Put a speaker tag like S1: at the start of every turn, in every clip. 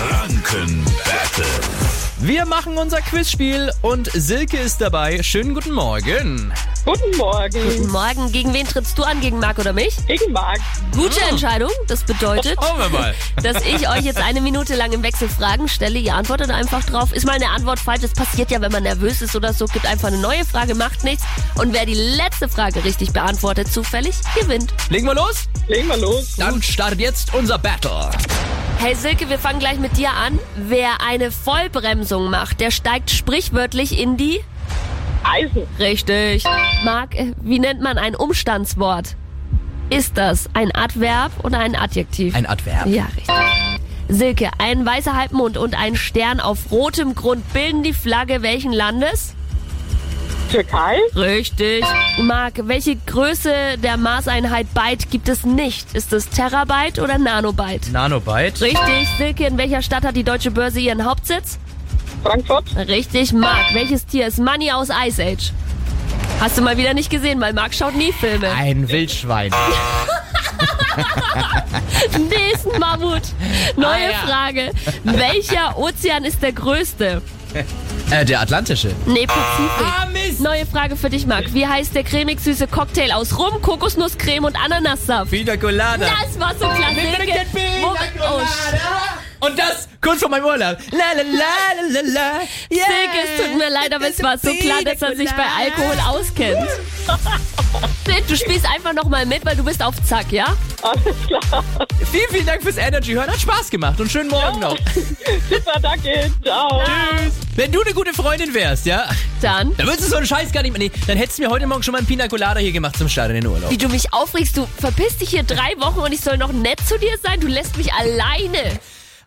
S1: Franken Battle.
S2: Wir machen unser Quizspiel und Silke ist dabei. Schönen guten Morgen.
S3: Guten Morgen,
S4: Guten Morgen. Gegen wen trittst du an? Gegen Marc oder mich?
S3: guten Marc.
S4: Gute Entscheidung. Das bedeutet,
S2: Schauen wir mal.
S4: dass ich euch jetzt eine Minute lang im Wechsel Fragen stelle. Ihr antwortet einfach drauf. Ist mal eine Antwort falsch. Das passiert ja, wenn man nervös ist oder so. Gibt einfach eine neue Frage, macht nichts. Und wer die letzte Frage richtig beantwortet, zufällig, gewinnt.
S2: Legen wir los?
S3: Legen wir los.
S2: Dann startet jetzt unser Battle.
S4: Hey Silke, wir fangen gleich mit dir an. Wer eine Vollbremsung macht, der steigt sprichwörtlich in die...
S3: Eisen,
S4: Richtig. Marc, äh, wie nennt man ein Umstandswort? Ist das ein Adverb oder ein Adjektiv?
S2: Ein Adverb.
S4: Ja, richtig. Silke, ein weißer Halbmond und ein Stern auf rotem Grund bilden die Flagge welchen Landes?
S3: Türkei,
S4: Richtig. Marc, welche Größe der Maßeinheit Byte gibt es nicht? Ist es Terabyte oder Nanobyte?
S2: Nanobyte.
S4: Richtig. Silke, in welcher Stadt hat die Deutsche Börse ihren Hauptsitz?
S3: Frankfurt,
S4: Richtig. Marc, welches Tier ist Money aus Ice Age? Hast du mal wieder nicht gesehen, weil Marc schaut nie Filme.
S2: Ein Wildschwein.
S4: Nächsten Mammut. Neue
S2: Ah, ja.
S4: Frage. Welcher Ozean ist der größte?
S2: Äh, der Atlantische.
S4: Nee, Pazifik.
S2: Mist.
S4: Neue Frage für dich, Marc. Wie heißt der cremig süße Cocktail aus Rum, Kokosnusscreme und Ananassaft?
S2: Pina Colada.
S4: Das war so klasse. Moment, oh, Sch-
S2: Und das kurz vor meinem Urlaub. La la la la la la. Yeah.
S4: Silke, es tut mir leid, aber es war so klar, dass er sich bei Alkohol auskennt. Sid, Du spielst einfach nochmal mit, weil du bist auf Zack, ja?
S3: alles klar.
S2: Vielen, vielen Dank fürs Energy hören. Hat Spaß gemacht und schönen Morgen noch.
S3: Super, danke. Ciao.
S2: Wenn du eine gute Freundin wärst, ja,
S4: Dann.
S2: dann würdest du so einen Scheiß gar nicht mehr. Nee, dann hättest du mir heute Morgen schon mal einen Pina Colada hier gemacht zum Start in den Urlaub.
S4: Wie du mich aufregst, du verpisst dich hier drei Wochen und ich soll noch nett zu dir sein? Du lässt mich alleine.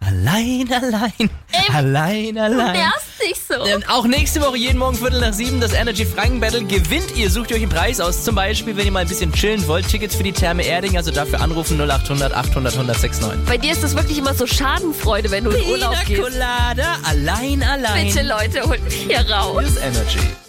S2: Allein, allein.
S4: Ey,
S2: allein,
S4: Du
S2: allein.
S4: nervst dich so.
S2: Ähm, auch nächste Woche, jeden Morgen Viertel nach sieben, das Energy Franken Battle gewinnt. Ihr sucht euch einen Preis aus. Zum Beispiel, wenn ihr mal ein bisschen chillen wollt, Tickets für die Therme Erding. Also dafür anrufen 0800 800 1069.
S4: Bei dir ist das wirklich immer so Schadenfreude, wenn du in Urlaub
S2: Pina
S4: gehst.
S2: Colada, allein, allein.
S4: Bitte, Leute, holt mich hier raus.
S2: Here's Energy.